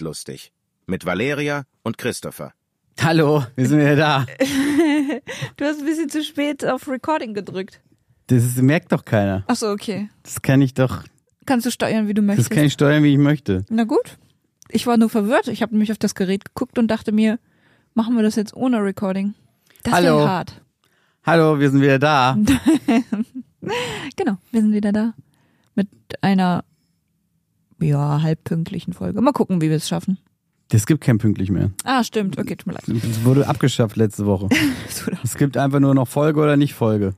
Reitlustig mit Valeria und Christopher. Hallo, wir sind wieder da. Du hast ein bisschen zu spät auf Recording gedrückt. Das ist, merkt doch keiner. Achso, okay. Das kann ich doch, Kannst du steuern, wie du das möchtest. kann ich steuern, wie ich möchte. Na gut. Ich war nur verwirrt. Ich habe nämlich auf das Gerät geguckt und dachte mir, machen wir das jetzt ohne Recording? Das Hallo. wäre hart. Hallo, wir sind wieder da. Genau, wir sind wieder da. Mit einer ja, halbpünktlichen Folge. Mal gucken, wie wir es schaffen. Das gibt kein pünktlich mehr. Ah, stimmt. Okay, tut mir leid. Das wurde abgeschafft letzte Woche. Es wurde Es gibt einfach nur noch Folge oder nicht Folge.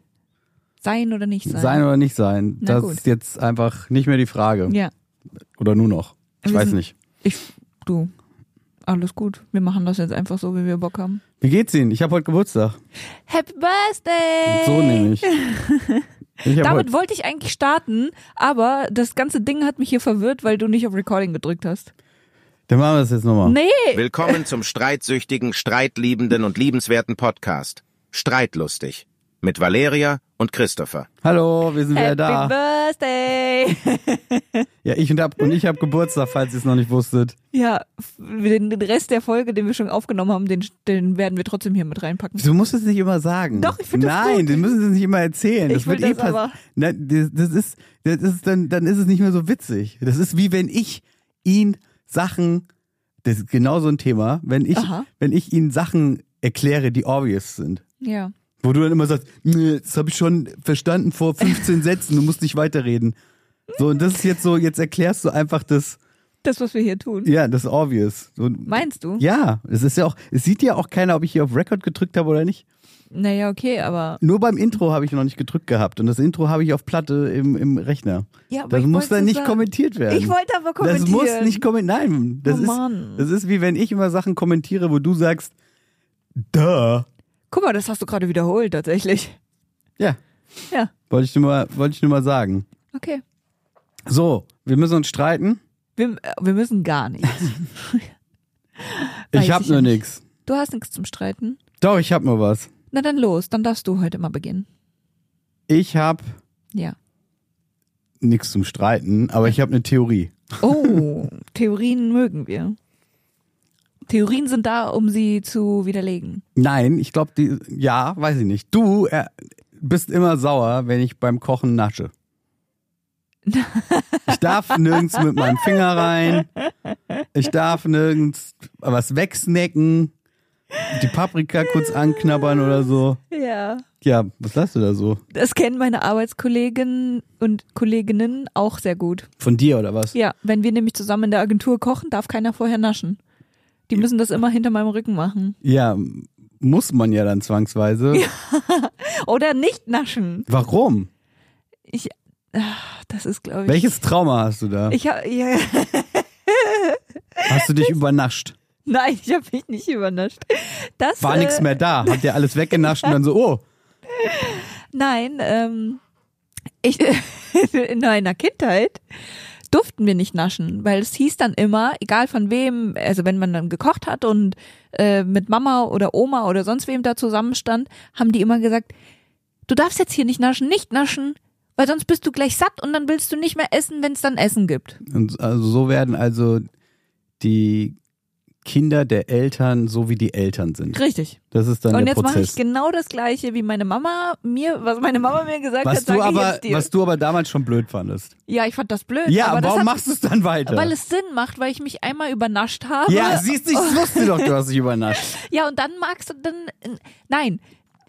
Sein oder nicht sein. Sein, oder nicht sein. Na das gut. ist jetzt einfach nicht mehr die Frage. Ja. Oder nur noch. Ich Wir weiß sind- nicht. Ich, du, alles gut. Wir machen das jetzt einfach so, wie wir Bock haben. Wie geht's Ihnen? Ich habe heute Geburtstag. Happy Birthday! So nämlich. Ich hab Damit heute, wollte ich eigentlich starten, aber das ganze Ding hat mich hier verwirrt, weil du nicht auf Recording gedrückt hast. dann machen wir das jetzt nochmal. Nee, Willkommen zum streitsüchtigen, streitliebenden und liebenswerten Podcast. Streitlustig mit Valeria und Christopher. Hallo, wir sind wieder Happy da. Birthday! Ja, ich und, hab, und ich habe Geburtstag, falls ihr es noch nicht wusstet. Ja, f- den, den Rest der Folge, den wir schon aufgenommen haben, den, den werden wir trotzdem hier mit reinpacken. Du musst es nicht immer sagen. Doch, ich find das Nein, gut. das müssen sie nicht immer erzählen. Ich das wird will eh das aber. passieren. Das, das ist, das ist dann, dann ist es nicht mehr so witzig. Das ist wie wenn ich ihn Sachen, das ist genau so ein Thema, wenn ich, Aha. wenn ich ihnen Sachen erkläre, die obvious sind. Ja. Wo du dann immer sagst, "Nö, das habe ich schon verstanden vor 15 Sätzen, du musst nicht weiterreden. So, und das ist jetzt so, jetzt erklärst du einfach das, Das, was wir hier tun. ja, das obvious. So, Meinst du? ja, es ist ja auch, es sieht ja auch keiner, ob ich hier auf Record gedrückt habe oder nicht. Naja, okay, aber. Nur beim Intro habe ich noch nicht gedrückt gehabt und das Intro habe ich auf Platte im, im Rechner. Ja, aber das ich muss wollte dann nicht sagen- kommentiert werden. Ich wollte aber das kommentieren. muss nicht kommentiert. Nein, das Oh Mann. ist das ist wie wenn ich immer Sachen kommentiere, wo du sagst, da. Guck mal, das hast du gerade wiederholt, tatsächlich. Ja, Ja, wollte ich nur mal wollte ich nur mal sagen. okay. So, wir müssen uns streiten. Wir, äh, wir müssen gar nichts. Weiß ich habe ich nur ja nicht. nichts. Du hast nichts zum Streiten. Doch, ich habe nur was. Na dann los, dann darfst du heute mal beginnen. Ich habe Ja. nichts zum Streiten, aber ich habe eine Theorie. Oh, Theorien mögen wir. Theorien sind da, um sie zu widerlegen. Nein, ich glaube, die ja, weiß ich nicht. Du äh, bist immer sauer, wenn ich beim Kochen nasche. Ich darf nirgends mit meinem Finger rein. Ich darf nirgends was wegsnacken. Die Paprika kurz anknabbern oder so. Ja. Ja, was lasst du da so? Das kennen meine Arbeitskollegen und Kolleginnen auch sehr gut. Von dir oder was? Ja, wenn wir nämlich zusammen in der Agentur kochen, darf keiner vorher naschen. Die müssen das immer hinter meinem Rücken machen. Ja, muss man ja dann zwangsweise. Oder nicht naschen. Warum? Ich, ach, das ist, glaube ich. Welches Trauma hast du da? Ich hab, ja, Hast du dich übernascht? nein, ich habe mich nicht übernascht. Das, War äh, nichts mehr da. Habt ihr alles weggenascht und dann so, oh, Nein, ähm, ich, in meiner Kindheit durften wir nicht naschen, weil es hieß dann immer, egal von wem, also wenn man dann gekocht hat und äh, mit Mama oder Oma oder sonst wem da zusammenstand, haben die immer gesagt, du darfst jetzt hier nicht naschen, nicht naschen, weil sonst bist du gleich satt und dann willst du nicht mehr essen, wenn es dann Essen gibt. Und also so werden also die Kinder der Eltern so wie die Eltern sind. Richtig. Das ist dann und der jetzt mache Prozess. ich genau das gleiche, wie meine Mama mir, was meine Mama mir gesagt was hat, sage du ich aber, jetzt dir. was du aber damals schon blöd fandest. ja, ich fand das blöd. Ja, aber das warum hat machst du es dann weiter? Weil es Sinn macht, weil ich mich einmal übernascht habe. ja, siehst du, ich wusste doch, du hast dich übernascht. Ja, und dann magst du dann. äh, Nein.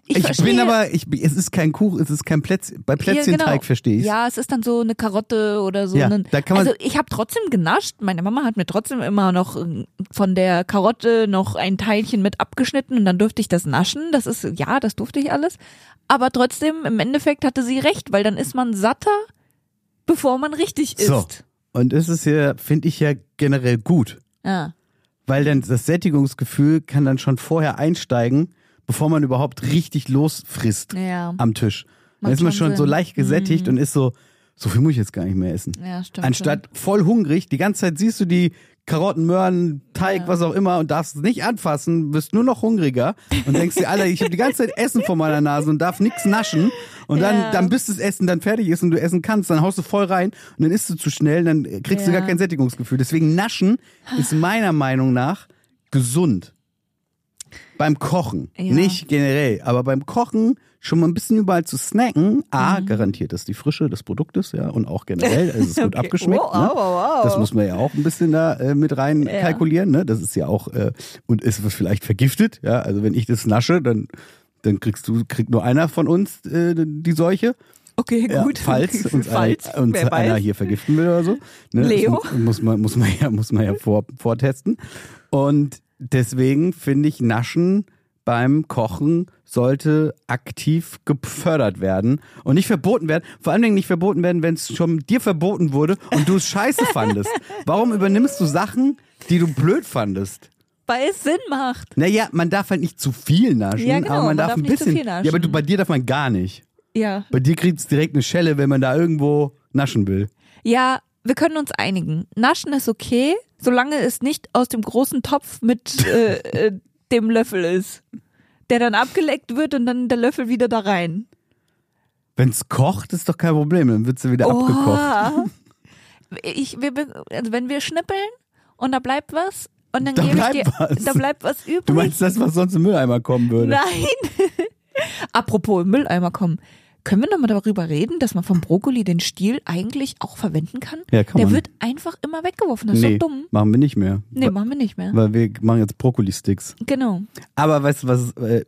Ich, Ich, verstehe, bin aber, ich, bin- es ist kein Kuchen, es ist kein Plätzchen, bei Plätzchenteig ja, genau. verstehe ich Ja, es ist dann so eine Karotte oder so. Ja, einen, da kann man- also ich habe trotzdem genascht. Meine Mama hat mir trotzdem immer noch äh, von der Karotte noch ein Teilchen mit abgeschnitten und dann durfte ich das naschen. Das ist, ja, das durfte ich alles. Aber trotzdem, im Endeffekt hatte sie recht, weil dann ist man satter, bevor man richtig isst. So. Und es ist ja, finde ich ja generell gut. Ja. Weil dann das Sättigungsgefühl kann dann schon vorher einsteigen, bevor man überhaupt richtig losfrisst Ja. am Tisch. Dann Macht ist man schon schon so Sinn. leicht gesättigt und ist so, so viel muss ich jetzt gar nicht mehr essen. Ja, stimmt. Anstatt voll hungrig, die ganze Zeit siehst du die Karotten, Möhren, Teig, was auch immer und darfst es nicht anfassen, bist nur noch hungriger und denkst dir, Alter, ich habe die ganze Zeit Essen vor meiner Nase und darf nichts naschen und dann, Ja. dann bis das Essen dann fertig ist und du essen kannst, dann haust du voll rein und dann isst du zu schnell und dann kriegst du Ja. gar kein Sättigungsgefühl. Deswegen naschen ist meiner Meinung nach gesund. Beim Kochen, Ja. nicht generell, aber beim Kochen schon mal ein bisschen überall zu snacken, A, Mhm. garantiert ist die Frische des Produktes, ja, und auch generell also ist es gut Okay. abgeschmeckt. Wow, ne? wow, wow. Das muss man ja auch ein bisschen da äh, mit rein Ja. kalkulieren, ne? Das ist ja auch, äh, und es wird vielleicht vergiftet, ja, also wenn ich das nasche, dann, dann kriegst du, kriegt nur einer von uns äh, die Seuche. Okay, Ja, gut. falls uns, falls, einer, uns wer weiß. einer hier vergiften will oder so. Ne? Leo? Das mu- muss man, muss man ja, muss man ja vor, vortesten. Und deswegen finde ich, Naschen beim Kochen sollte aktiv gefördert werden und nicht verboten werden. Vor allen Dingen nicht verboten werden, wenn es schon dir verboten wurde und du es scheiße fandest. Warum übernimmst du Sachen, die du blöd fandest? Weil es Sinn macht. Naja, man darf halt nicht zu viel naschen, Ja, genau, aber man, man darf, darf ein nicht zu bisschen. viel naschen. Ja, aber du, bei dir darf man gar nicht. Ja. Bei dir kriegt's direkt eine Schelle, wenn man da irgendwo naschen will. Ja, wir können uns einigen. Naschen ist okay, solange es nicht aus dem großen Topf mit äh, äh, dem Löffel ist. Der dann abgeleckt wird und dann der Löffel wieder da rein. Wenn's kocht, ist doch kein Problem, dann wird's wieder abgekocht. Oha. Ich, wir, be- also wenn wir schnippeln und da bleibt was und dann Da gebe ich dir, bleibt was. da bleibt was übrig. Du meinst das, was sonst im Mülleimer kommen würde? Nein. Apropos im Mülleimer kommen. Können wir nochmal darüber reden, dass man vom Brokkoli den Stiel eigentlich auch verwenden kann? Ja, kann Der man. wird einfach immer weggeworfen. Das ist nee, so dumm. machen wir nicht mehr. Nee, Wa- machen wir nicht mehr. Weil wir machen jetzt Brokkoli-Sticks. Genau. Aber weißt du was, äh,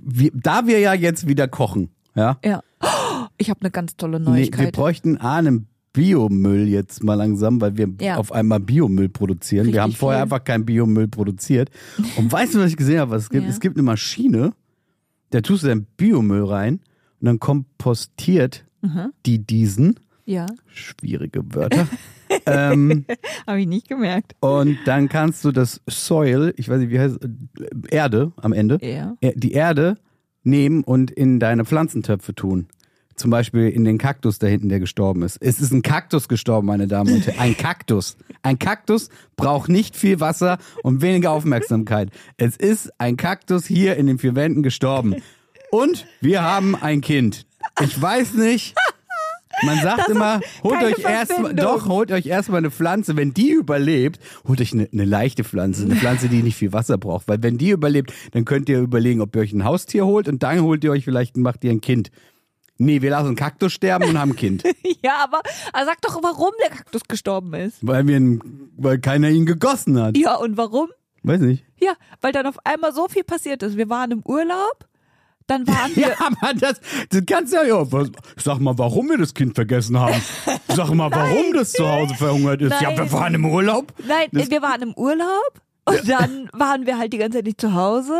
wir, da wir ja jetzt wieder kochen, ja, Ja. Oh, Ich habe eine ganz tolle nee, wir Neuigkeit. bräuchten A, einen Biomüll jetzt mal langsam, weil wir Ja. auf einmal Biomüll produzieren. wir Richtig haben vorher viel. einfach keinen Biomüll produziert. Und weißt du, was ich gesehen habe, was es gibt? Ja. Es gibt eine Maschine, da tust du dann Biomüll rein und dann kompostiert die diesen. Mhm. ja, schwierige Wörter. ähm, habe ich nicht gemerkt. und dann kannst du das Soil, ich weiß nicht, wie heißt äh, Erde am Ende, Ja. Er- die Erde nehmen und in deine Pflanzentöpfe tun. Zum Beispiel in den Kaktus da hinten, der gestorben ist. Es ist ein Kaktus gestorben, meine Damen und Herren. Ein Kaktus. Ein Kaktus braucht nicht viel Wasser und weniger Aufmerksamkeit. Es ist ein Kaktus hier in den vier Wänden gestorben. Und wir haben ein Kind. Ich weiß nicht. Man sagt immer, holt keine euch erstmal, Verbindung. doch, holt euch erstmal eine Pflanze. Wenn die überlebt, holt euch eine, eine leichte Pflanze, eine Pflanze, die nicht viel Wasser braucht. Weil wenn die überlebt, dann könnt ihr überlegen, ob ihr euch ein Haustier holt und dann holt ihr euch vielleicht, macht ihr ein Kind. Nee, wir lassen einen Kaktus sterben und haben ein Kind. Ja, aber also sag doch, warum der Kaktus gestorben ist. Weil wir, ihn- weil keiner ihn gegossen hat. Ja, und warum? Weiß nicht. Ja, weil dann auf einmal so viel passiert ist. Wir waren im Urlaub, dann waren wir Ja, aber das, das kannst du ja, ja, was, sag mal, warum wir das Kind vergessen haben. Sag mal, warum das zu Hause verhungert ist. Ja, Nein. wir waren im Urlaub. Nein, Das- wir waren im Urlaub und dann waren wir halt die ganze Zeit nicht zu Hause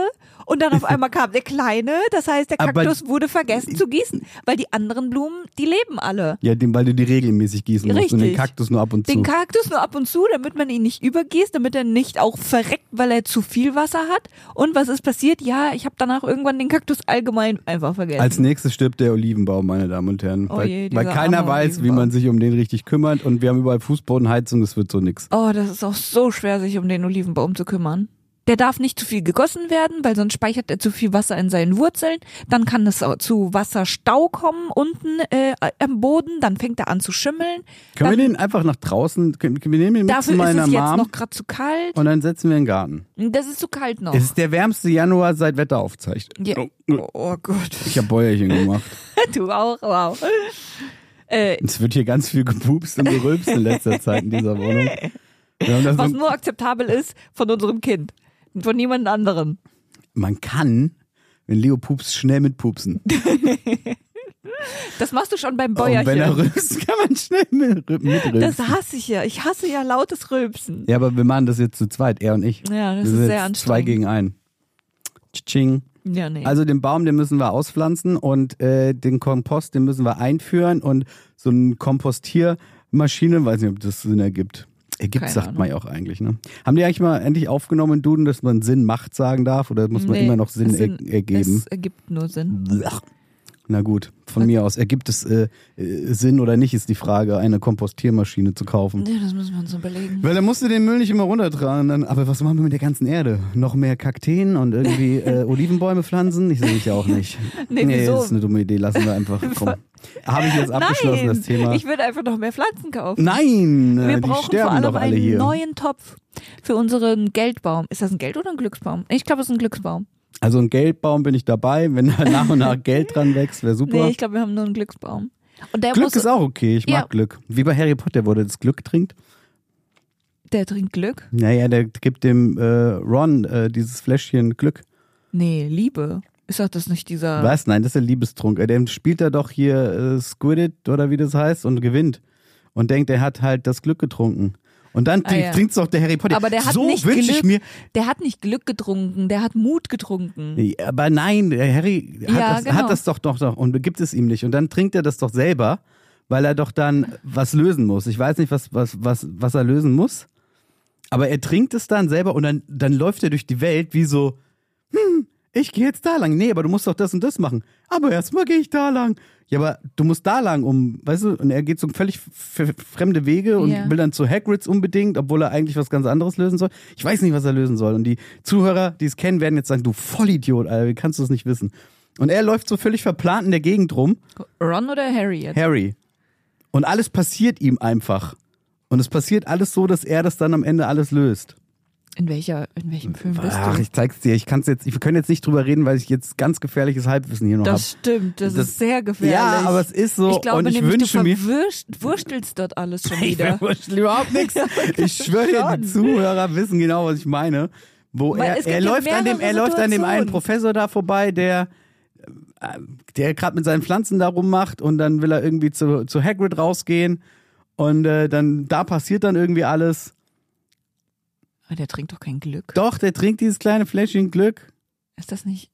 und dann auf einmal kam der Kleine, das heißt, der Aber- Kaktus wurde vergessen zu gießen, weil die anderen Blumen, die leben alle. Ja, den, weil du die regelmäßig gießen musst und den Richtig. Kaktus nur ab und zu. Den Kaktus nur ab und zu, damit man ihn nicht übergießt, damit er nicht auch verreckt, weil er zu viel Wasser hat. Und was ist passiert? Ja, ich habe danach irgendwann den Kaktus allgemein einfach vergessen. Als nächstes stirbt der Olivenbaum, meine Damen und Herren. Oh weil, je, dieser weil keiner arme weiß, wie man Olivenbaum. sich um den richtig kümmert und wir haben überall Fußbodenheizung, es wird so nix. oh, das ist auch so schwer, sich um den Olivenbaum zu kümmern. Der darf nicht zu viel gegossen werden, weil sonst speichert er zu viel Wasser in seinen Wurzeln. Dann kann es auch zu Wasserstau kommen unten äh, am Boden. Dann fängt er an zu schimmeln. Können wir dann, den einfach nach draußen, können, können wir nehmen den mit zu dafür ist meiner es jetzt Mom noch gerade zu kalt. und dann setzen wir in den Garten. Das ist zu kalt noch. Es ist der wärmste Januar seit Wetteraufzeichnung. Oh. ja. oh, oh Gott, Ich habe Bäuerchen gemacht. du auch, wow. Äh, Es wird hier ganz viel gepupst und gerülpst in letzter Zeit in dieser Wohnung. Wir haben das was so- nur akzeptabel ist von unserem Kind. Von niemand anderem. man kann, wenn Leo pupst, schnell mit pupsen. Das machst du schon beim Und wenn er Bäuerchen. rülpst, kann man schnell mit, mit rülpsen. Das hasse ich ja. Ich hasse ja lautes Rülpsen. Ja, aber wir machen das jetzt zu zweit, er und ich. Ja, das wir ist sind sehr jetzt anstrengend. Zwei gegen einen. Tsching. Ja, nee. Also den Baum, den müssen wir auspflanzen und äh, den Kompost, den müssen wir einführen und so eine Kompostiermaschine, weiß nicht, ob das Sinn ergibt. Ergibt, Keine sagt Ahnung. man ja auch eigentlich, ne? Haben die eigentlich mal endlich aufgenommen in Duden, dass man Sinn macht sagen darf oder muss man Nee, immer noch Sinn, Sinn- er ergeben? Es ergibt nur Sinn. Blech. Na gut, von mir aus ergibt es äh, äh, Sinn oder nicht, ist die Frage, eine Kompostiermaschine zu kaufen. Ja, das müssen wir uns überlegen. Weil dann musst du den Müll nicht immer runtertragen. Dann, aber was machen wir mit der ganzen Erde? Noch mehr Kakteen und irgendwie äh, Olivenbäume pflanzen? Ich sehe ich ja auch nicht. Nee, wieso? das ist eine dumme Idee. Lassen wir einfach. Komm. Habe ich jetzt abgeschlossen, Nein, das Thema. ich würde einfach noch mehr Pflanzen kaufen. Nein, äh, wir die brauchen vor sterben allem doch alle einen hier. neuen Topf für unseren Geldbaum. Ist das ein Geld oder ein Glücksbaum? Ich glaube, es ist ein Glücksbaum. Also ein Geldbaum bin ich dabei. Wenn da nach und nach Geld dran wächst, wäre super. Nee, ich glaube, wir haben nur einen Glücksbaum. Und der Glück muss, ist auch okay. Ich mag Ja. Glück. Wie bei Harry Potter, wo der das Glück trinkt. der trinkt Glück? Naja, der gibt dem äh, Ron äh, dieses Fläschchen Glück. Nee, Liebe. Ist doch das nicht dieser. Was? Nein, das ist der Liebestrunk. Äh, Der spielt da doch hier äh, Squidit oder wie das heißt und gewinnt. Und denkt, er hat halt das Glück getrunken. Und dann Ah, trinkt- ja. trinkt's doch der Harry Potter. Aber der hat so nicht wünsche ich Glück. mir. Der hat nicht Glück getrunken, der hat Mut getrunken. Nee, Aber nein, der Harry hat, Ja, das, genau. hat das doch doch doch und gibt es ihm nicht. Und dann trinkt er das doch selber, weil er doch dann was lösen muss. Ich weiß nicht, was, was, was, was er lösen muss. Aber er trinkt es dann selber und dann, dann läuft er durch die Welt wie so, hm, ich gehe jetzt da lang. Nee, aber du musst doch das und das machen. Aber erstmal gehe ich da lang. Ja, aber du musst da lang um, weißt du, und er geht so völlig f- fremde Wege und Ja. will dann zu Hagrids unbedingt, obwohl er eigentlich was ganz anderes lösen soll. Ich weiß nicht, was er lösen soll. Und die Zuhörer, die es kennen, werden jetzt sagen, du Vollidiot, Alter, wie kannst du es nicht wissen? Und er läuft so völlig verplant in der Gegend rum, Ron oder Harry jetzt? Harry. Und alles passiert ihm einfach. Und es passiert alles so, dass er das dann am Ende alles löst. In, welcher, in welchem Film bist Ach, du? ich zeig's dir. Ich kann's jetzt, wir können jetzt nicht drüber reden, weil ich jetzt ganz gefährliches Halbwissen hier noch habe. das stimmt, das, das- ist sehr gefährlich. Ja, aber es ist so. ich glaube und ich nämlich, wünsche du mir. verwirrst- wurstelst dort alles schon Ich wieder. verwurschtel überhaupt nichts. Ich schwöre dir, die Zuhörer wissen genau, was ich meine. Wo Weil er, es gibt er, ja läuft an dem, er mehrere läuft an dem einen Situationen. Professor da vorbei, der, äh, der gerade mit seinen Pflanzen da rummacht und dann will er irgendwie zu, zu Hagrid rausgehen und äh, dann da passiert dann irgendwie alles. Aber Ah, der trinkt doch kein Glück. Doch, der trinkt dieses kleine Fläschchen Glück Ist das nicht.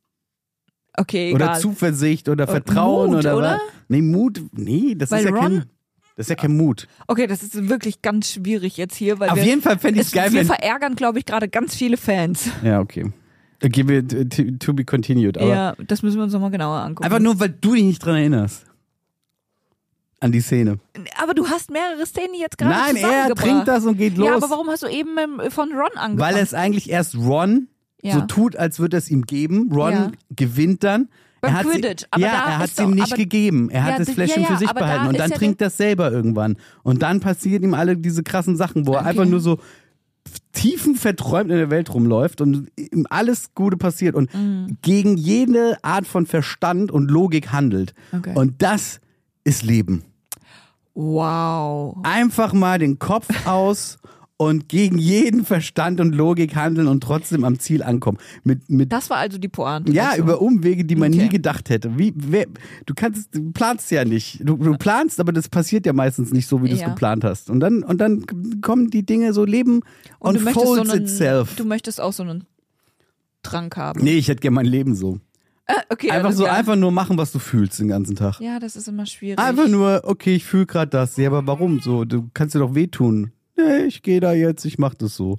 Okay, egal. oder Zuversicht oder Und Vertrauen Mut, oder, oder? was. Nee, Mut, nee, das Weil ist ja Ron- kein das ist ja kein Mut. okay, das ist wirklich ganz schwierig jetzt hier, weil Auf wir, jeden Fall fände ich es es, geil, wir wenn verärgern, glaube ich, gerade ganz viele Fans. Ja, okay. Okay, wir to, to be continued, aber ja, das müssen wir uns nochmal genauer angucken. einfach nur, weil du dich nicht dran erinnerst. An die Szene. aber du hast mehrere Szenen jetzt gerade Nein, er zusammengebracht. trinkt das und geht los. Ja, aber warum hast du eben ähm, von Ron angefangen? weil es eigentlich erst Ron ja. so tut, als würde es ihm geben. Ron Ja. gewinnt dann. Beim er hat Quidditch, sie, aber ja, da er hat ist es ihm doch- nicht aber- gegeben. Er hat Ja, das d- Fläschchen ja, ja, für sich aber da behalten und ist dann ja trinkt das selber irgendwann. Und dann passieren ihm alle diese krassen Sachen, wo er Okay. einfach nur so tiefenverträumt in der Welt rumläuft und ihm alles Gute passiert und Mm. gegen jede Art von Verstand und Logik handelt. Okay. Und das ist Leben. wow. Einfach mal den Kopf aus und gegen jeden Verstand und Logik handeln und trotzdem am Ziel ankommen. Mit, mit Das war also die Pointe. ja, dazu. über Umwege, die man Okay. nie gedacht hätte. Wie, wer, du kannst, du planst ja nicht. Du, du planst, aber das passiert ja meistens nicht so, wie du es Ja. geplant hast. Und dann, und dann kommen die Dinge so leben Und du und möchtest, so folds einen, itself. du möchtest auch so einen Trank haben. Nee, ich hätte gerne mein Leben so. Okay, Einfach alles so, klar. einfach nur machen, was du fühlst den ganzen Tag. Ja, das ist immer schwierig. Einfach nur, okay, ich fühle gerade das. Ja, aber warum so? Du kannst dir doch wehtun. Nee, ich gehe da jetzt, ich mach das so.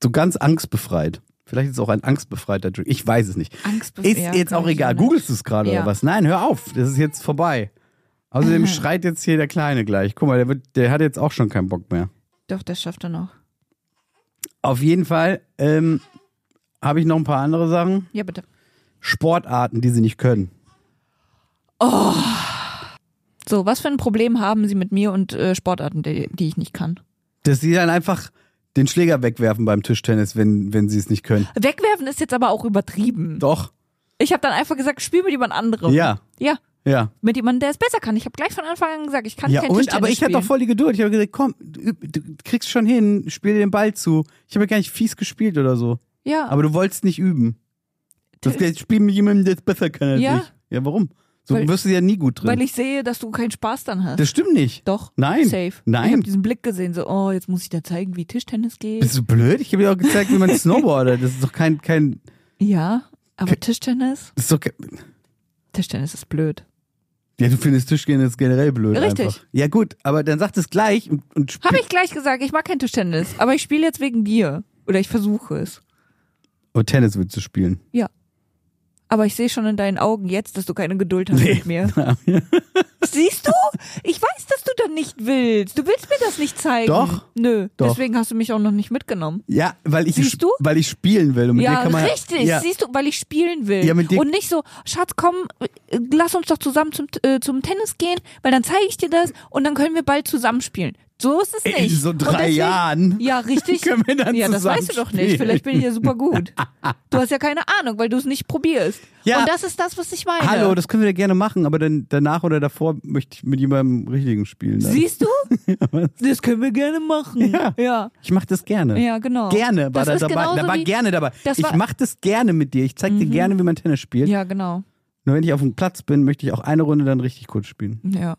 So ganz angstbefreit. Vielleicht ist es auch ein angstbefreiter Drink. Ich weiß es nicht. Angst Ist jetzt auch egal. Googlest du es gerade Ja. oder was? Nein, hör auf. Das ist jetzt vorbei. Außerdem schreit jetzt hier der Kleine gleich. Guck mal, der, wird, der hat jetzt auch schon keinen Bock mehr. Doch, das schafft er noch. Auf jeden Fall ähm, habe ich noch ein paar andere Sachen. Ja, bitte. Sportarten, die sie nicht können. So, was für ein Problem haben Sie mit mir und äh, Sportarten, die, die ich nicht kann? Dass sie dann einfach den Schläger wegwerfen beim Tischtennis, wenn, wenn sie es nicht können. Wegwerfen ist jetzt aber auch übertrieben. Doch. Ich habe dann einfach gesagt, spiel mit jemand anderem. Ja, Ja, ja. mit jemandem, der es besser kann. Ich habe gleich von Anfang an gesagt, ich kann Ja, kein und, Tischtennis aber ich hatte spielen. doch voll die Geduld. Ich habe gesagt, komm, du, üb- du kriegst schon hin, spiel dir den Ball zu. Ich habe ja gar nicht fies gespielt oder so. Ja, Aber du wolltest nicht üben. Das jetzt spiel mit jemandem, der es besser kann als Ja. ich. Ja, warum? So Weil- wirst du ja nie gut drin. weil ich sehe, dass du keinen Spaß dann hast. das stimmt nicht. Doch. Nein. Safe. Ich Nein. habe diesen Blick gesehen, so, oh, jetzt muss ich da zeigen, wie Tischtennis geht. Bist du blöd? Ich habe dir auch gezeigt, wie man snowboardet. Das ist doch kein, kein, Ja, aber Tischtennis? das ist doch kein Tischtennis ist blöd. ja, du findest Tischtennis generell blöd. Richtig. Einfach. Ja, gut, aber dann sag das gleich und, und spiel- Habe ich gleich gesagt, ich mag kein Tischtennis, aber ich spiele jetzt wegen dir. Oder ich versuche es. Oh, Tennis willst du spielen. Ja. Aber ich sehe schon in deinen Augen jetzt, dass du keine Geduld hast mit mir. Siehst du? Ich weiß, dass du das nicht willst. Du willst mir das nicht zeigen. Doch. Nö. Doch. Deswegen hast du mich auch noch nicht mitgenommen. Ja, weil ich, Siehst du? Weil ich spielen will. Und mit dir Ja, kann man, richtig. Ja, Siehst du, weil ich spielen will. Ja, mit dir- und nicht so, Schatz, komm, äh, lass uns doch zusammen zum, äh, zum Tennis gehen, weil dann zeige ich dir das und dann können wir bald zusammenspielen. So ist es nicht. In so Und drei Jahren Ja, richtig. können wir dann ja, das weißt du doch nicht. zusammenspielen. Vielleicht bin ich ja super gut. Du hast ja keine Ahnung, weil du es nicht probierst. Ja. Und das ist das, was ich meine. Hallo, das können wir gerne machen, aber dann danach oder davor möchte ich mit jemandem richtigen spielen. Dann. Siehst du? das können wir gerne machen. Ja. ja. Ich mache das gerne. Ja, genau. Gerne war Das da ist dabei. genauso Da war wie- gerne dabei. das Ich war- Mhm. mache das gerne mit dir. Ich zeig dir gerne, wie man Tennis spielt. Ja, genau. Nur wenn ich auf dem Platz bin, möchte ich auch eine Runde dann richtig kurz spielen. Ja.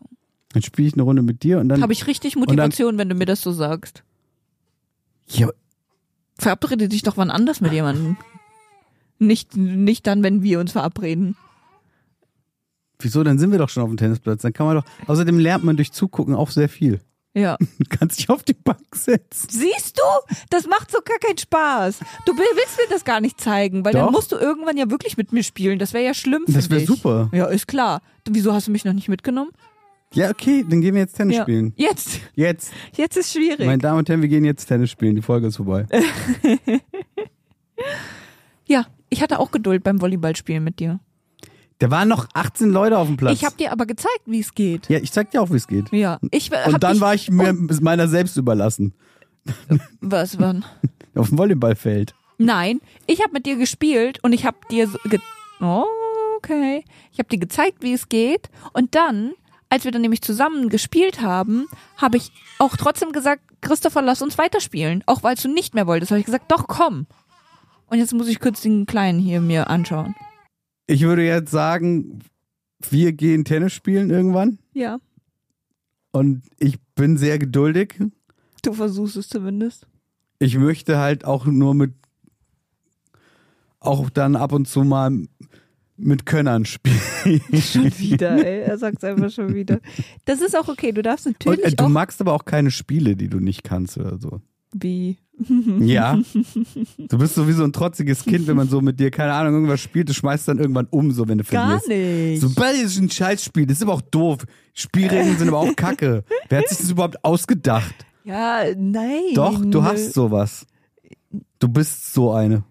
Dann spiele ich eine Runde mit dir und dann. Habe ich richtig dann- Motivation, wenn du mir das so sagst. ja, Verabrede dich doch wann anders mit jemandem. Nicht, nicht dann, wenn wir uns verabreden. wieso? Dann sind wir doch schon auf dem Tennisplatz. Dann kann man doch. Außerdem lernt man durch Zugucken auch sehr viel. Ja. Du kannst dich auf die Bank setzen. Siehst du? Das macht so gar keinen Spaß. Du will- willst mir das gar nicht zeigen, weil Doch. dann musst du irgendwann ja wirklich mit mir spielen. Das wäre ja schlimm für Das wär dich. super. Ja, ist klar. Du, wieso hast du mich noch nicht mitgenommen? Ja, okay, dann gehen wir jetzt Tennis Ja. spielen. Jetzt. Jetzt, Jetzt ist schwierig. meine Damen und Herren, wir gehen jetzt Tennis spielen. Die Folge ist vorbei. ja, ich hatte auch Geduld beim Volleyballspielen mit dir. Da waren noch 18 Leute auf dem Platz. Ich habe dir aber gezeigt, wie es geht. ja, ich zeig dir auch, wie es geht. Ja. Ich äh, hab Und dann dich, war ich mir meiner selbst überlassen. Was wann? Auf dem Volleyballfeld. Nein, ich habe mit dir gespielt und ich habe dir so ge oh, okay, ich habe dir gezeigt, wie es geht und dann, als wir dann nämlich zusammen gespielt haben, habe ich auch trotzdem gesagt, Christopher, lass uns weiterspielen, auch weil du nicht mehr wolltest, habe ich gesagt, doch komm. Und jetzt muss ich kurz den kleinen hier mir anschauen. Ich würde jetzt sagen, wir gehen Tennis spielen irgendwann. Ja, Und ich bin sehr geduldig. du versuchst es zumindest. Ich möchte halt auch nur mit, auch dann ab und zu mal mit Könnern spielen. Schon wieder, ey, er sagt's einfach schon wieder. Das ist auch okay, du darfst Und, natürlich äh, du auch magst aber auch keine Spiele, die du nicht kannst oder so. wie Mhm. Ja. Du bist sowieso ein trotziges Kind, wenn man so mit dir, keine Ahnung, irgendwas spielt, du schmeißt dann irgendwann um, so wenn du gar verlierst. nicht. Sobald es ein Scheißspiel, das ist aber auch doof. Spielregeln sind aber auch kacke. Wer hat sich das überhaupt ausgedacht? Ja, nein. Doch, du hast sowas. Du bist so eine.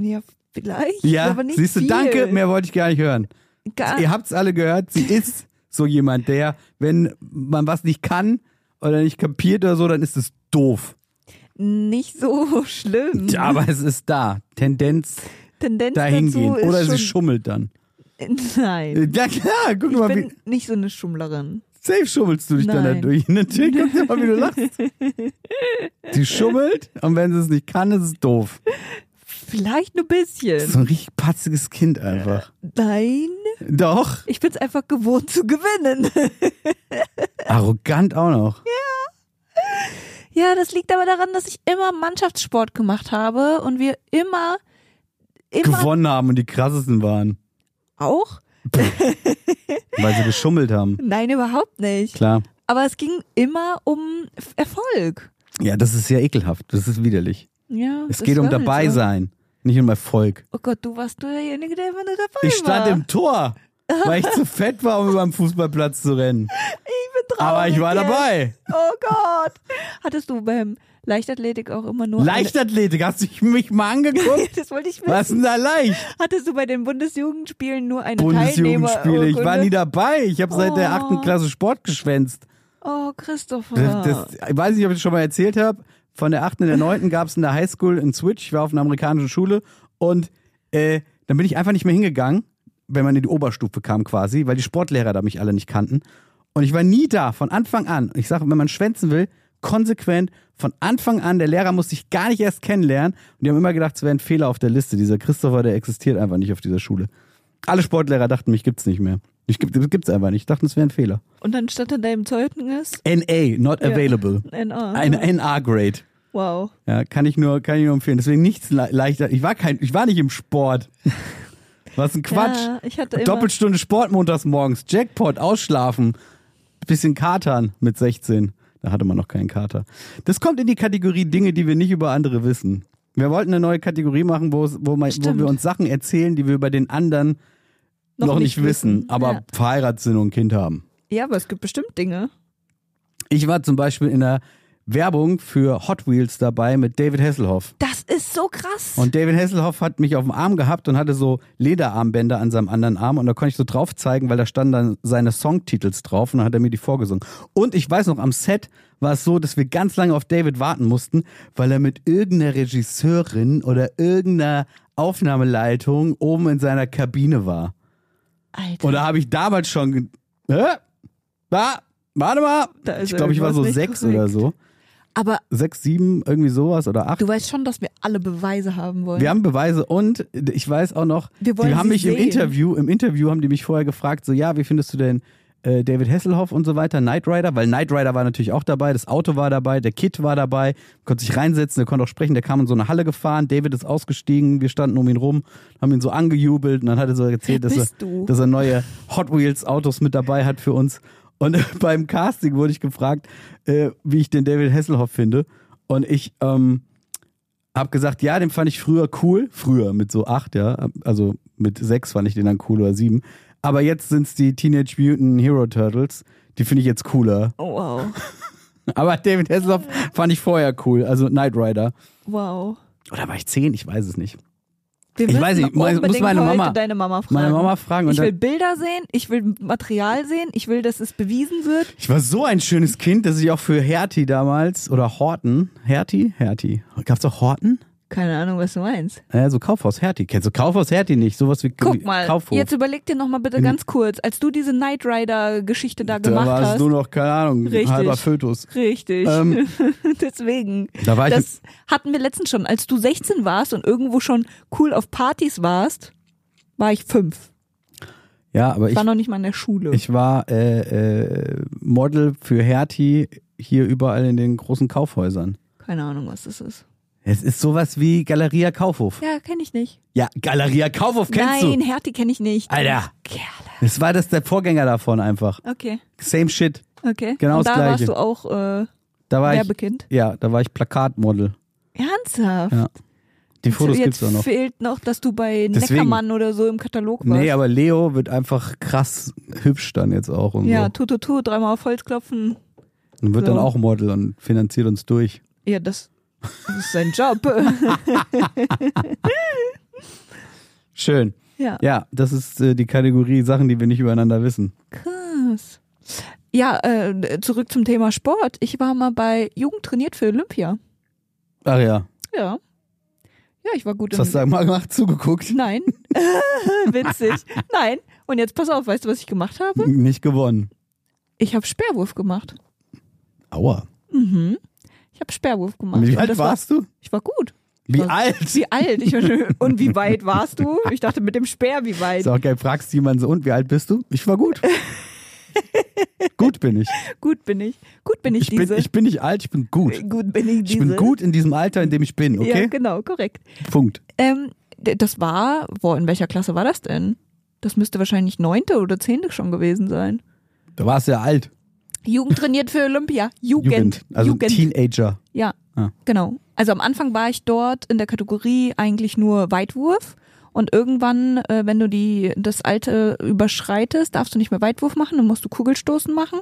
Ja, vielleicht. Ja, aber nicht siehst du, viel. Ah. danke, mehr wollte ich gar nicht hören. Gar, Ihr habt's alle gehört, sie ist so jemand, der, wenn man was nicht kann oder nicht kapiert oder so, dann ist es doof. Nicht so schlimm. Ja, aber es ist da. Tendenz Tendenz dahin dazu gehen. ist Oder schon, sie schummelt dann. Nein. Ja klar, guck Ich mal, wie bin nicht so eine Schummlerin. safe schummelst du dich dann Nein. dadurch. Natürlich guck dir mal, wie du lachst. Sie schummelt und wenn sie es nicht kann, ist es doof. Vielleicht nur ein bisschen. So ein richtig patziges Kind einfach. Nein, Doch. ich bin's einfach gewohnt zu gewinnen. Arrogant auch noch. Ja, das liegt aber daran, dass ich immer Mannschaftssport gemacht habe und wir immer, immer Gewonnen haben und die krassesten waren, auch. weil sie geschummelt haben. Nein, überhaupt nicht. Klar. Aber es ging immer um F- Erfolg. Ja, das ist ja ekelhaft. Das ist widerlich. Ja, Es das geht um war halt dabei so. sein, nicht um Erfolg. Oh Gott, du warst derjenige, der immer nur dabei Ich stand war. im Tor, weil ich zu fett war, um über den Fußballplatz zu rennen. Aber ich war Traurig jetzt. dabei. Oh Gott. Hattest du beim Leichtathletik auch immer nur. Leichtathletik, hast du mich mal angeguckt? Eine, das wollte ich wissen. Was ist denn da leicht? Hattest du bei den Bundesjugendspielen nur eine Bundesjugendspiele, ich war Teilnehmerurkunde? nie dabei. Ich habe seit der Oh. achten Klasse Sport geschwänzt. Oh, Christopher. Das, das, ich weiß nicht, ob ich das schon mal erzählt habe. Von der achten in der neunten gab es in der Highschool einen Switch. Ich war auf einer amerikanischen Schule und äh, dann bin ich einfach nicht mehr hingegangen, wenn man in die Oberstufe kam quasi, weil die Sportlehrer da mich alle nicht kannten. Und ich war nie da, von Anfang an. Ich sage, wenn man schwänzen will, konsequent, von Anfang an, der Lehrer musste ich gar nicht erst kennenlernen. Und die haben immer gedacht, es wäre ein Fehler auf der Liste. Dieser Christopher, der existiert einfach nicht auf dieser Schule. Alle Sportlehrer dachten, mich gibt's nicht mehr. Ich gibt, gibt's einfach nicht. Ich dachte, es wäre ein Fehler. Und dann stand an deinem Zeugnis NA, not available. NA. Eine NA-Grade. Wow. Ja, kann ich nur, kann ich nur empfehlen. Deswegen nichts le leichter. Ich war kein, ich war nicht im Sport. Was ein Quatsch. Ja, ich hatte immer- Doppelstunde Sport montags morgens. Jackpot, ausschlafen. Bisschen katern mit 16. Da hatte man noch keinen Kater. Das kommt in die Kategorie Dinge, die wir nicht über andere wissen. Wir wollten eine neue Kategorie machen, wo, es- wo, man, wo Stimmt. wir uns Sachen erzählen, die wir über den anderen noch, nicht wissen, aber Ja. verheiratet sind und ein Kind haben. ja, aber es gibt bestimmt Dinge. Ich war zum Beispiel in der Werbung für Hot Wheels dabei mit David Hasselhoff. Das ist so krass. Und David Hasselhoff hat mich auf dem Arm gehabt und hatte so Lederarmbänder an seinem anderen Arm und da konnte ich so drauf zeigen, weil da standen dann seine Songtitels drauf und dann hat er mir die vorgesungen. Und ich weiß noch, am Set war es so, dass wir ganz lange auf David warten mussten, weil er mit irgendeiner Regisseurin oder irgendeiner Aufnahmeleitung oben in seiner Kabine war. Alter. Und da habe ich damals schon, ge- hä? Da, warte mal. Da ist ich glaube, ich war so irgendwas nicht sechs korrekt. oder so. aber Sechs, sieben, irgendwie sowas oder acht. du weißt schon, dass wir alle Beweise haben wollen. Wir haben Beweise und ich weiß auch noch, Wir wollen die haben sie mich im sehen. Interview, im Interview haben die mich vorher gefragt, so ja, wie findest du denn äh, David Hasselhoff und so weiter, Knight Rider, weil Knight Rider war natürlich auch dabei, das Auto war dabei, der Kid war dabei, konnte sich reinsetzen, der konnte auch sprechen, der kam in so eine Halle gefahren, David ist ausgestiegen, wir standen um ihn rum, haben ihn so angejubelt und dann hat er so erzählt, dass bist er, du? dass er neue Hot Wheels Autos mit dabei hat für uns. Und beim Casting wurde ich gefragt, äh, wie ich den David Hasselhoff finde. Und ich, ähm, hab gesagt, ja, den fand ich früher cool. Früher mit so acht, ja. Also mit sechs fand ich den dann cool oder sieben. Aber jetzt sind's die Teenage Mutant Hero Turtles. Die finde ich jetzt cooler. Oh, wow. Aber David Hasselhoff fand ich vorher cool. Also Knight Rider. Wow. Oder war ich zehn? Ich weiß es nicht. Wir Ich müssen weiß nicht, muss- muss unbedingt meine Mama- heute deine Mama fragen. Meine Mama fragen. Und ich will dann, Bilder sehen, ich will Material sehen, ich will, dass es bewiesen wird. ich war so ein schönes Kind, dass ich auch für Hertie damals oder Horten. Hertie? Hertie. Gab's auch Horten? Keine Ahnung, was du meinst. Ja, so Kaufhaus Hertie. Kennst du Kaufhaus Hertie nicht? Sowas wie Guck mal, Kaufhof. jetzt überleg dir nochmal bitte ganz kurz, als du diese Knight Rider-Geschichte da da gemacht war es hast. nur noch, keine Ahnung, Richtig. halber Fötus. Richtig. Ähm. Deswegen. Da war ich Das hatten wir letztens schon. Als du 16 warst und irgendwo schon cool auf Partys warst, war ich fünf. Ja, aber Ich ich war noch nicht mal in der Schule. Ich war äh, äh, Model für Hertie hier überall in den großen Kaufhäusern. Keine Ahnung, was das ist. Es ist sowas wie Galeria Kaufhof. Ja, kenne ich nicht. Ja, Galeria Kaufhof kennst Nein, du. Hertie kenne ich nicht. Alter. Kerle. Es war das der Vorgänger davon einfach. Okay, Same shit. okay. Genau Und das da Gleiche. warst du auch äh, Da war ich Werbekind. ja, da war ich Plakatmodel. Ernsthaft? Ja. Die Fotos jetzt gibt's auch noch. fehlt noch, dass du bei Deswegen. Neckermann oder so im Katalog warst. Nee, aber Leo wird einfach krass hübsch dann jetzt auch und ja, so. tu, tu, tu, dreimal auf Holz klopfen. Und wird dann so. auch Model und finanziert uns durch. Ja, das, das ist sein Job. Schön. ja. Ja, das ist äh, die Kategorie Sachen, die wir nicht übereinander wissen. Krass. Ja, äh, zurück zum Thema Sport. Ich war mal bei Jugend trainiert für Olympia. Ach ja, Ja. Ja, ich war gut das hast im du mal gemacht, zugeguckt, Nein. Witzig. Nein. Und jetzt pass auf, weißt du, was ich gemacht habe? nicht gewonnen. Ich habe Sperrwurf gemacht. Aua. Mhm. Ich habe Sperrwurf gemacht. Wie Und alt das war- warst du? Ich war gut. Wie war- alt? Wie alt? Ich war schon, und wie weit warst du? Ich dachte mit dem Speer, wie weit? Ist auch geil, fragst jemanden so, und wie alt bist du? Ich war gut. gut bin ich. Gut bin ich. Gut bin ich, Ich bin, diese. ich bin nicht alt, ich bin gut. gut bin ich diese. Ich bin gut in diesem Alter, in dem ich bin, Ja, okay? genau, korrekt. Punkt. Ähm, d- das war, wo, in welcher Klasse war das denn? Das müsste wahrscheinlich neunte oder zehnte schon gewesen sein. Da warst du ja alt. Jugend trainiert für Olympia. Jugend. Also Jugend. Teenager. Ja, Ah. genau. Also am Anfang war ich dort in der Kategorie eigentlich nur Weitwurf. Und irgendwann, äh, wenn du die, das Alte überschreitest, darfst du nicht mehr Weitwurf machen, dann musst du Kugelstoßen machen.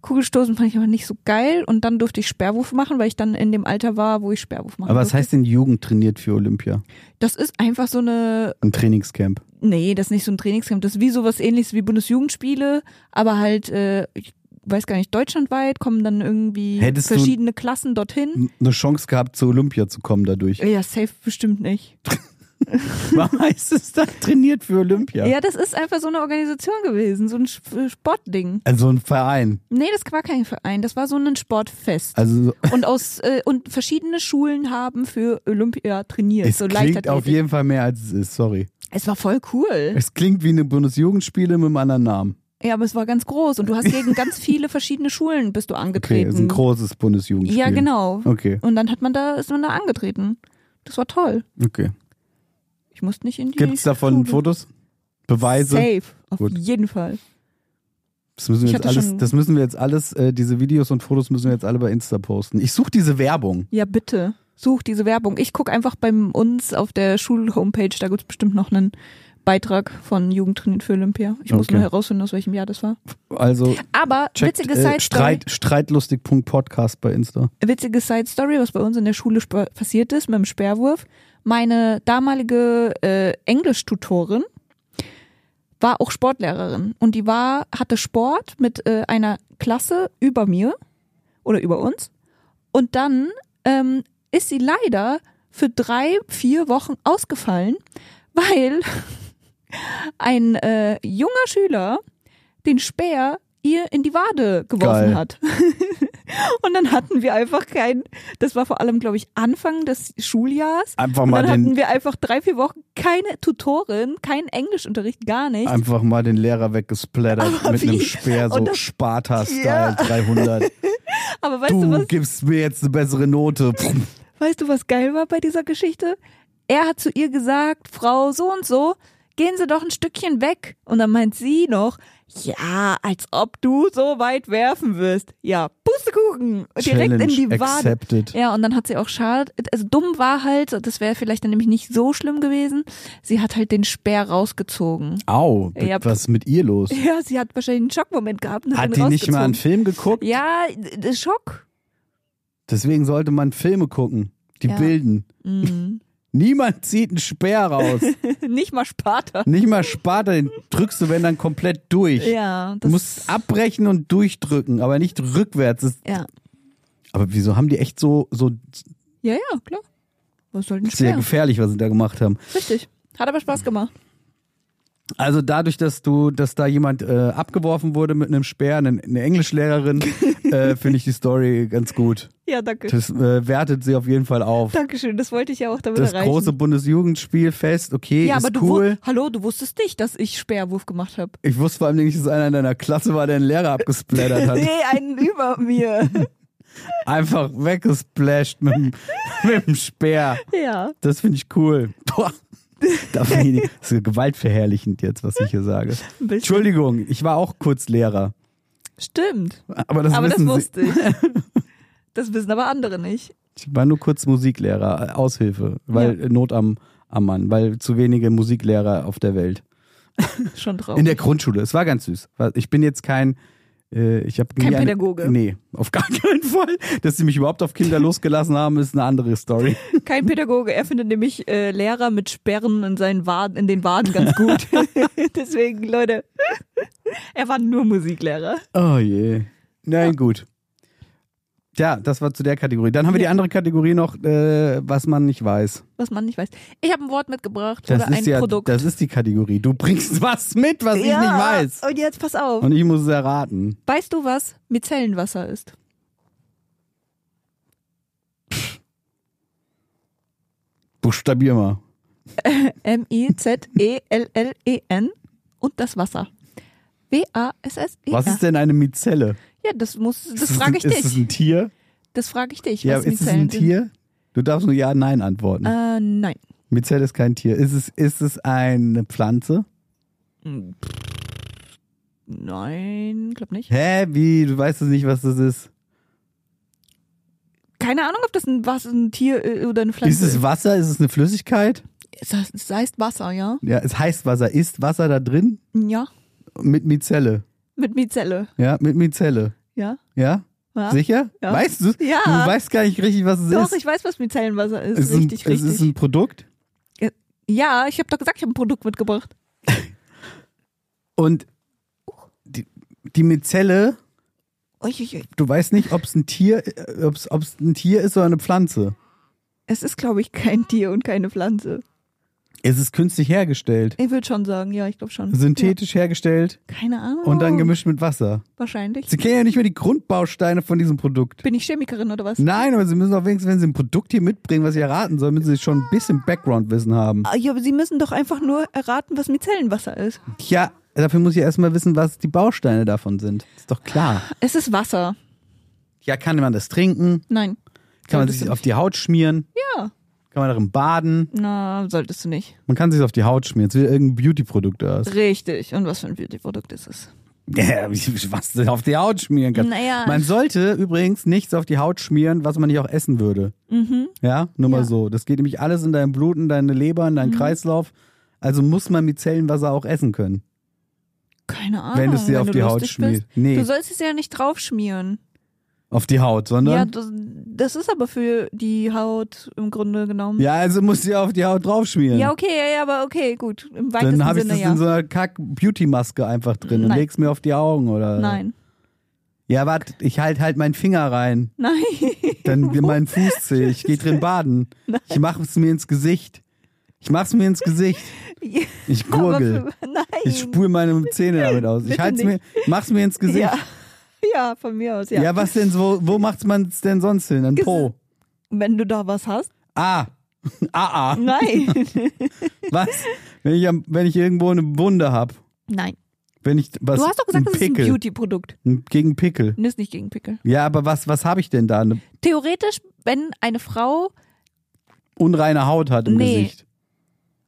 Kugelstoßen fand ich aber nicht so geil und dann durfte ich Sperrwurf machen, weil ich dann in dem Alter war, wo ich Sperrwurf machen Aber was durfte. heißt denn Jugend trainiert für Olympia? Das ist einfach so eine Ein Trainingscamp. Nee, das ist nicht so ein Trainingscamp. Das ist wie sowas ähnliches wie Bundesjugendspiele, aber halt, äh, ich weiß gar nicht, deutschlandweit kommen dann irgendwie Hättest du- verschiedene Klassen dorthin. Eine Chance gehabt, zu Olympia zu kommen dadurch. Ja, safe bestimmt nicht. Warum heißt es dann trainiert für Olympia? Ja. das ist einfach so eine Organisation gewesen, so ein Sp- äh, Sportding. Also ein Verein. Nee, das war kein Verein, das war so ein Sportfest. Also so- und aus äh, und verschiedene Schulen haben für Olympia trainiert. es so klingt auf Leichtathletik. jeden Fall mehr als es ist, sorry. Es war voll cool. Es klingt wie eine Bundesjugendspiele mit einem anderen Namen. Ja, aber es war ganz groß und du hast gegen ganz viele verschiedene Schulen bist du Okay, angetreten. ist ein großes Bundesjugendspiel. ja, genau. Okay, Und dann hat man da, ist man da angetreten. Das war toll. okay. Ich musste nicht in die. Gibt es davon Schule. Fotos? Beweise? Safe, auf Gut. jeden Fall. Das müssen wir Ich jetzt hatte alles, schon- das müssen wir jetzt alles äh, diese Videos und Fotos müssen wir jetzt alle bei Insta posten. Ich suche diese Werbung. Ja, bitte. such diese Werbung. Ich guck einfach bei uns auf der Schul-Homepage, da gibt's bestimmt noch einen Beitrag von Jugendtrainiert für Olympia. Ich muss Okay. nur herausfinden, aus welchem Jahr das war. Also Aber checkt witzige Side äh, Story. Streit, streitlustig.podcast bei Insta. witzige Side Story, was bei uns in der Schule sp- passiert ist mit dem Speerwurf. Meine damalige äh, Englischtutorin war auch Sportlehrerin und die war hatte Sport mit äh, einer Klasse über mir oder über uns und dann ähm, ist sie leider für drei vier Wochen ausgefallen, weil ein äh, junger Schüler den Speer ihr in die Wade geworfen Geil. hat. Und dann hatten wir einfach kein, das war vor allem, glaube ich, Anfang des Schuljahres. Einfach Und mal dann hatten den wir einfach drei, vier Wochen keine Tutorin, keinen Englischunterricht, gar nichts. einfach mal den Lehrer weggesplattert Aber mit wie? einem Speer Und so das- Sparta-Style Ja. 300. Aber weißt du, du was, gibst mir jetzt eine bessere Note. weißt du, was geil war bei dieser Geschichte? Er hat zu ihr gesagt, Frau so und so, gehen Sie doch ein Stückchen weg. Und dann meint sie noch, ja, als ob du so weit werfen wirst. Ja, Pustekuchen, direkt Challenge in die Wade. accepted. Ja, und dann hat sie auch schade, also dumm war halt, das wäre vielleicht dann nämlich nicht so schlimm gewesen, sie hat halt den Speer rausgezogen. Au, Ja. was ist mit ihr los? Ja, sie hat wahrscheinlich einen Schockmoment gehabt. Und Hat ihn die nicht mal einen Film rausgezogen. geguckt? Ja, d- Schock. Deswegen sollte man Filme gucken, die Ja. bilden. Mhm. Niemand zieht einen Speer raus. nicht mal Sparta. nicht mal Sparta, den drückst du, wenn dann komplett durch. Ja, Du das musst abbrechen und durchdrücken, aber nicht rückwärts. Das, Ja. aber wieso haben die echt so, so Ja, ja, klar. Was soll denn sehr schwer? gefährlich, was sie da gemacht haben? Richtig. Hat aber Spaß gemacht. Also dadurch, dass du, dass da jemand äh, abgeworfen wurde mit einem Speer, eine, eine Englischlehrerin, äh, finde ich die Story ganz gut. Ja, danke. Das äh, wertet sie auf jeden Fall auf. Dankeschön, das wollte ich ja auch damit Das erreichen. große Bundesjugendspielfest, okay, ja, ist aber du cool. wu- Hallo, du wusstest nicht, dass ich Speerwurf gemacht habe. Ich wusste vor allem nicht, dass einer in deiner Klasse war, der einen Lehrer abgesplattert hat. Nee, einen über mir. Einfach weggesplasht mit, dem- mit dem Speer. ja. Das finde ich cool. Boah. Darf ich nicht- Das ist gewaltverherrlichend jetzt, was ich hier sage. ein bisschen. Entschuldigung, ich war auch kurz Lehrer. Stimmt. Aber das, aber das wissen wusste ich. Das wissen aber andere nicht. Sie. Ich war nur kurz Musiklehrer, äh, Aushilfe, weil äh, Not am, am Mann, weil zu wenige Musiklehrer auf der Welt. Schon drauf. In der Grundschule. Es war ganz süß. Weil Ich bin jetzt kein. Äh, ich hab Kein nie eine- Pädagoge. Nee, auf gar keinen Fall. Dass sie mich überhaupt auf Kinder losgelassen haben, ist eine andere Story. Kein Pädagoge, er findet nämlich äh, Lehrer mit Sperren in, seinen Waden, in den Waden ganz gut. Deswegen, Leute, er war nur Musiklehrer. Oh je. Nein, gut. Ja, das war zu der Kategorie. Dann haben wir die andere Kategorie noch, äh, was man nicht weiß. Was man nicht weiß. Ich habe ein Wort mitgebracht Das oder ein ist ja, Produkt. das ist die Kategorie. Du bringst was mit, was ja, ich nicht weiß. Und jetzt pass auf. Und ich muss es erraten. weißt du, was Micellenwasser ist? Buchstabier mal. E M-I-Z-E-L-L-E-N und das Wasser. W-A-S-S-E-R. Was ist denn eine Mizelle? E Ja, das muss, das Ist es frage ich ein- Ist es dich. ein Tier? Das frage ich dich. Ja, was ist es Mizellen ein Tier? Du darfst nur Ja, Nein antworten. Sind. Äh, nein. Mizelle ist kein Tier. Ist es, ist es eine Pflanze? Nein, glaub nicht. Hä? Wie? Du weißt es nicht, was das ist. Keine Ahnung, ob das ein, was, ein Tier äh, oder eine Pflanze Ist es Wasser? Ist es eine Flüssigkeit? ist. Das, das heißt Wasser, ja? Ja, es heißt Wasser. Ist Wasser da drin? Ja. Mit Mizelle. Mit Mizelle, Ja, mit Mizelle. ja? Ja? ja. Sicher? Ja. Weißt du? Ja. Du weißt gar nicht richtig, was es Doch, ist. ich weiß, was Micellenwasser ist. es ist richtig, ein, Es ist richtig. ein Produkt. ja, ich habe doch gesagt, ich habe ein Produkt mitgebracht. Und die, die Mizelle, Uiuiui. du weißt nicht, ob es ein Tier, äh, ob's, ob's ein Tier ist oder eine Pflanze. Es ist, glaube ich, kein Tier und keine Pflanze. Es ist künstlich hergestellt. Ich würde schon sagen, ja, ich glaube schon. Synthetisch hergestellt Ja, keine Ahnung. und dann gemischt mit Wasser. Wahrscheinlich. Sie kennen ja nicht mehr die Grundbausteine von diesem Produkt. Bin ich Chemikerin oder was? Nein, aber Sie müssen doch wenigstens, wenn Sie ein Produkt hier mitbringen, was Sie erraten sollen, müssen Sie schon ein bisschen Background-Wissen haben. Ah, Ja, aber Sie müssen doch einfach nur erraten, was Micellenwasser ist. Tja, dafür muss ich erstmal wissen, was die Bausteine davon sind. Ist doch klar. Es ist Wasser. Ja, kann man das trinken? Nein. Kann man Solltest sich du auf die Haut schmieren? Ja. Kann man darin baden? Na, solltest du nicht. Man kann sich auf die Haut schmieren. Es will irgendein Beauty-Produkt da ist. Richtig. Und was für ein Beauty-Produkt ist es? Ja, was du auf die Haut schmieren kannst. Naja. Man sollte übrigens nichts auf die Haut schmieren, was man nicht auch essen würde. Mhm. Ja, nur mal Ja. Mhm. so. Das geht nämlich alles in dein Blut, in deine Leber, in deinen Kreislauf. Also muss man mit Zellenwasser auch essen können. Keine Ahnung. Wenn es dir auf Ah, du die Haut lustig schmiert. Bist. Nee. Du sollst es ja nicht drauf schmieren. Auf die Haut, Ja, sondern. das, das ist aber für die Haut im Grunde genommen. Ja, also musst du ja auf die Haut draufschmieren. Ja, okay, ja, ja, aber okay, gut. Im weitesten Dann habe ich Sinne das ja. in so einer Kack-Beauty-Maske einfach drin und Nein. leg's mir auf die Augen, oder? Nein, Ja, warte, ich halt halt meinen Finger rein. nein. Dann wir meinen Fuß zäh. Ich gehe drin baden. Ich mache es mir ins Gesicht. Ich mach's mir ins Gesicht. Ich gurgel. Aber für, nein. Ich spül meine Zähne damit aus. Ich Bitte halt's mir, nicht. mach's mir ins Gesicht. ja. Ja, ja, von mir aus, ja. was denn? Wo, wo macht's man's denn sonst hin? An Ges- Po. Wenn du da was hast, Ah. Ah, ah. nein. Was? Wenn ich, am, wenn ich irgendwo eine Wunde hab. nein. Wenn ich was. Du hast doch gesagt, ein das ist ein Pickel. Beauty-Produkt. Ein- Gegen Pickel. Das ist nicht gegen Pickel. Ja, aber was, was habe ich denn da? Eine Theoretisch, wenn eine Frau, unreine Haut hat im Nee. Gesicht.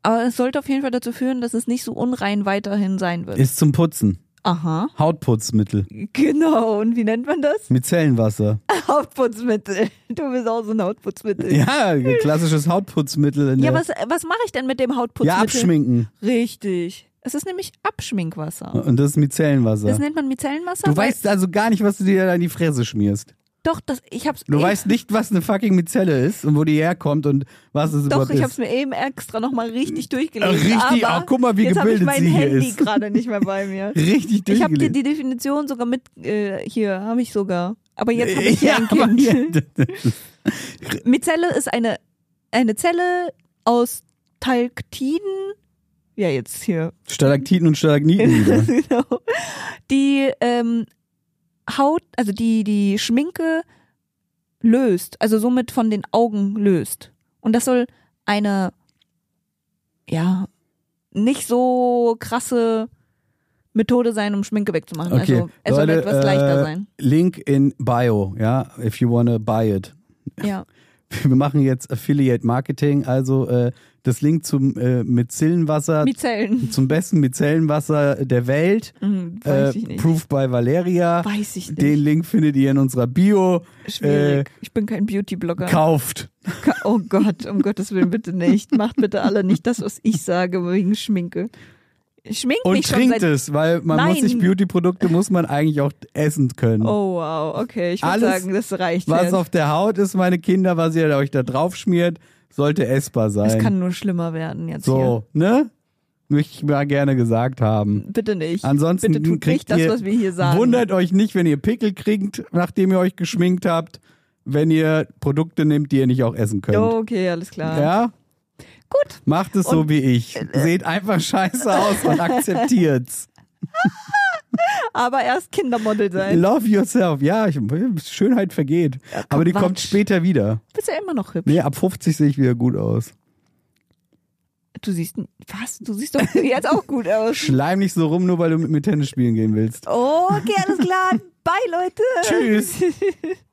aber es sollte auf jeden Fall dazu führen, dass es nicht so unrein weiterhin sein wird. Ist zum Putzen. Aha. Hautputzmittel. Genau, und wie nennt man das? Mit Zellenwasser. Hautputzmittel. Du bist auch so ein Hautputzmittel. Ja, klassisches Hautputzmittel. In Ja, der was, was mache ich denn mit dem Hautputzmittel? ja, abschminken. Richtig. Es ist nämlich Abschminkwasser. Und das ist Micellenwasser. Das nennt man Micellenwasser. du weil- weißt also gar nicht, was du dir da in die Fresse schmierst. Doch, das, ich hab's Du eben, weißt nicht, was eine fucking Mizelle ist und wo die herkommt und was es Doch, überhaupt ich ist. hab's mir eben extra nochmal richtig durchgelesen. Äh, Richtig, aber ach, guck mal, wie jetzt hab gebildet ich mein sie hier Handy ist. gerade nicht mehr bei mir. Richtig ich habe dir durchgelesen. die Definition sogar mit äh, hier, habe ich sogar. Aber jetzt habe ich hier ja, ein aber- Kind. Mizelle ist eine, eine Zelle aus Talktiden. Ja, jetzt hier. Stalaktiten und Stalagniten wieder. genau. Die ähm, Haut, also die, die Schminke löst, also somit von den Augen löst. Und das soll eine, ja, nicht so krasse Methode sein, um Schminke wegzumachen. Okay. Also es soll Leute, etwas äh, leichter sein. Link in Bio, ja, if you wanna buy it. Ja. Wir machen jetzt Affiliate Marketing, also äh, das Link zum äh, Micellenwasser, Mizellen. zum besten Micellenwasser der Welt. Hm, weiß ich Äh, nicht. Proof by Valeria. Weiß ich nicht. Den Link findet ihr in unserer Bio. Schwierig. Äh, ich bin kein Beauty-Blogger. Kauft. Ka- Oh Gott, um Gottes Willen, bitte nicht. Macht bitte alle nicht das, was ich sage, wegen Schminke. Schminkt Und mich schon trinkt seit... es, weil man muss Nein. sich Beauty-Produkte muss man eigentlich auch essen können. Oh wow, okay, ich würde Alles, sagen, das reicht was jetzt. auf der Haut ist, meine Kinder, was ihr euch da drauf schmiert, sollte essbar sein. es kann nur schlimmer werden jetzt so, ne? Möchte ich mal gerne gesagt haben. hier. Bitte nicht. Ansonsten bitte tut kriegt nicht das, ihr, was wir hier sagen. Wundert euch nicht, wenn ihr Pickel kriegt, nachdem ihr euch geschminkt habt, wenn ihr Produkte nehmt, die ihr nicht auch essen könnt. Okay, alles klar. Ja? Gut. Macht es so wie ich. äh, Seht einfach scheiße aus und akzeptiert's. Aber erst Kindermodel sein. Love yourself. Ja, ich, Schönheit vergeht. Aber die Quatsch. kommt später wieder. Bist ja immer noch hübsch. Nee, ab 50 sehe ich wieder gut aus. Du siehst was? Du siehst doch jetzt auch gut aus. Schleim nicht so rum, nur weil du mit mir Tennis spielen gehen willst. Okay, alles klar. Bye Leute. Tschüss.